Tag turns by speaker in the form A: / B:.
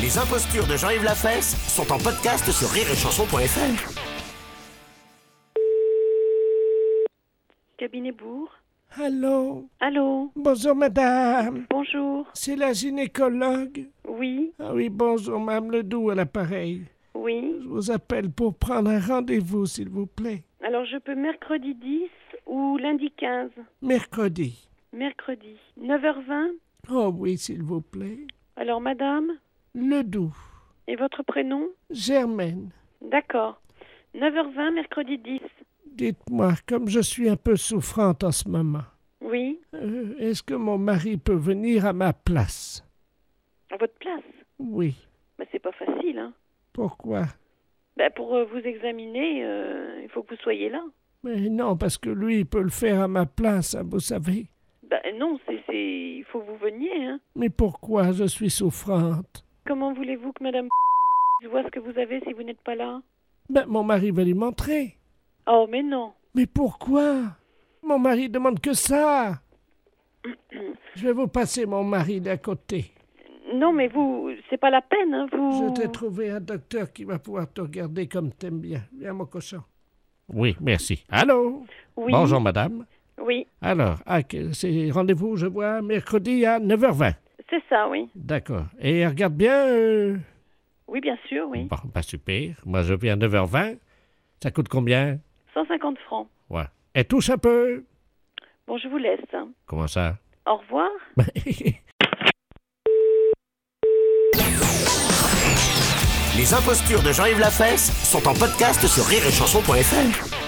A: Les impostures de Jean-Yves Lafesse sont en podcast sur rireetchanson.fr.
B: Cabinet Bourg.
C: Allô
B: Allô
C: Bonjour madame,
B: Bonjour.
C: c'est la gynécologue
B: Oui,
C: Ah oui, bonjour madame Ledoux à l'appareil.
B: oui.
C: Je vous appelle pour prendre un rendez-vous s'il vous plaît.
B: Alors je peux mercredi 10 ou lundi 15.
C: Mercredi.
B: Mercredi. 9h20.
C: Oh oui, s'il vous plaît.
B: Alors madame,
C: Ledoux,
B: et votre prénom
C: Germaine,
B: D'accord. 9h20, mercredi 10.
C: dites-moi, comme je suis un peu souffrante en ce moment,
B: Oui,
C: euh, est-ce que mon mari peut venir à ma place
B: à votre place.
C: Oui.
B: Mais c'est pas facile, hein.
C: Pourquoi
B: Ben, pour euh, vous examiner, euh, il faut que vous soyez là.
C: Mais non, parce que lui, il peut le faire à ma place, hein, vous savez.
B: Ben non, c'est, c'est... il faut que vous veniez, hein.
C: Mais pourquoi je suis souffrante
B: Comment voulez-vous que madame voit ce que vous avez si vous n'êtes pas là
C: Ben, mon mari va lui montrer.
B: Oh, mais non.
C: Mais pourquoi Mon mari demande que ça. Je vais vous passer mon mari d'à côté.
B: Non, mais vous, c'est pas la peine, hein, vous...
C: Je t'ai trouvé un docteur qui va pouvoir te regarder comme t'aimes bien. Viens, mon cochon.
D: Oui, merci.
C: Allô
B: Oui.
D: Bonjour, madame.
B: Oui,
C: Alors, ah, que- c'est rendez-vous, je vois, mercredi à 9h20.
B: c'est ça, oui.
C: D'accord. Et regarde bien. euh, ben,
B: Oui, bien sûr, oui.
D: Bon, pas super. Moi, je viens à 9h20. Ça coûte combien?
B: 150 francs.
D: Ouais.
C: Elle touche un peu.
B: Bon, je vous laisse. hein.
D: Comment ça?
B: Au revoir.
A: Les impostures de Jean-Yves Lafesse sont en podcast sur rireetchanson.fr.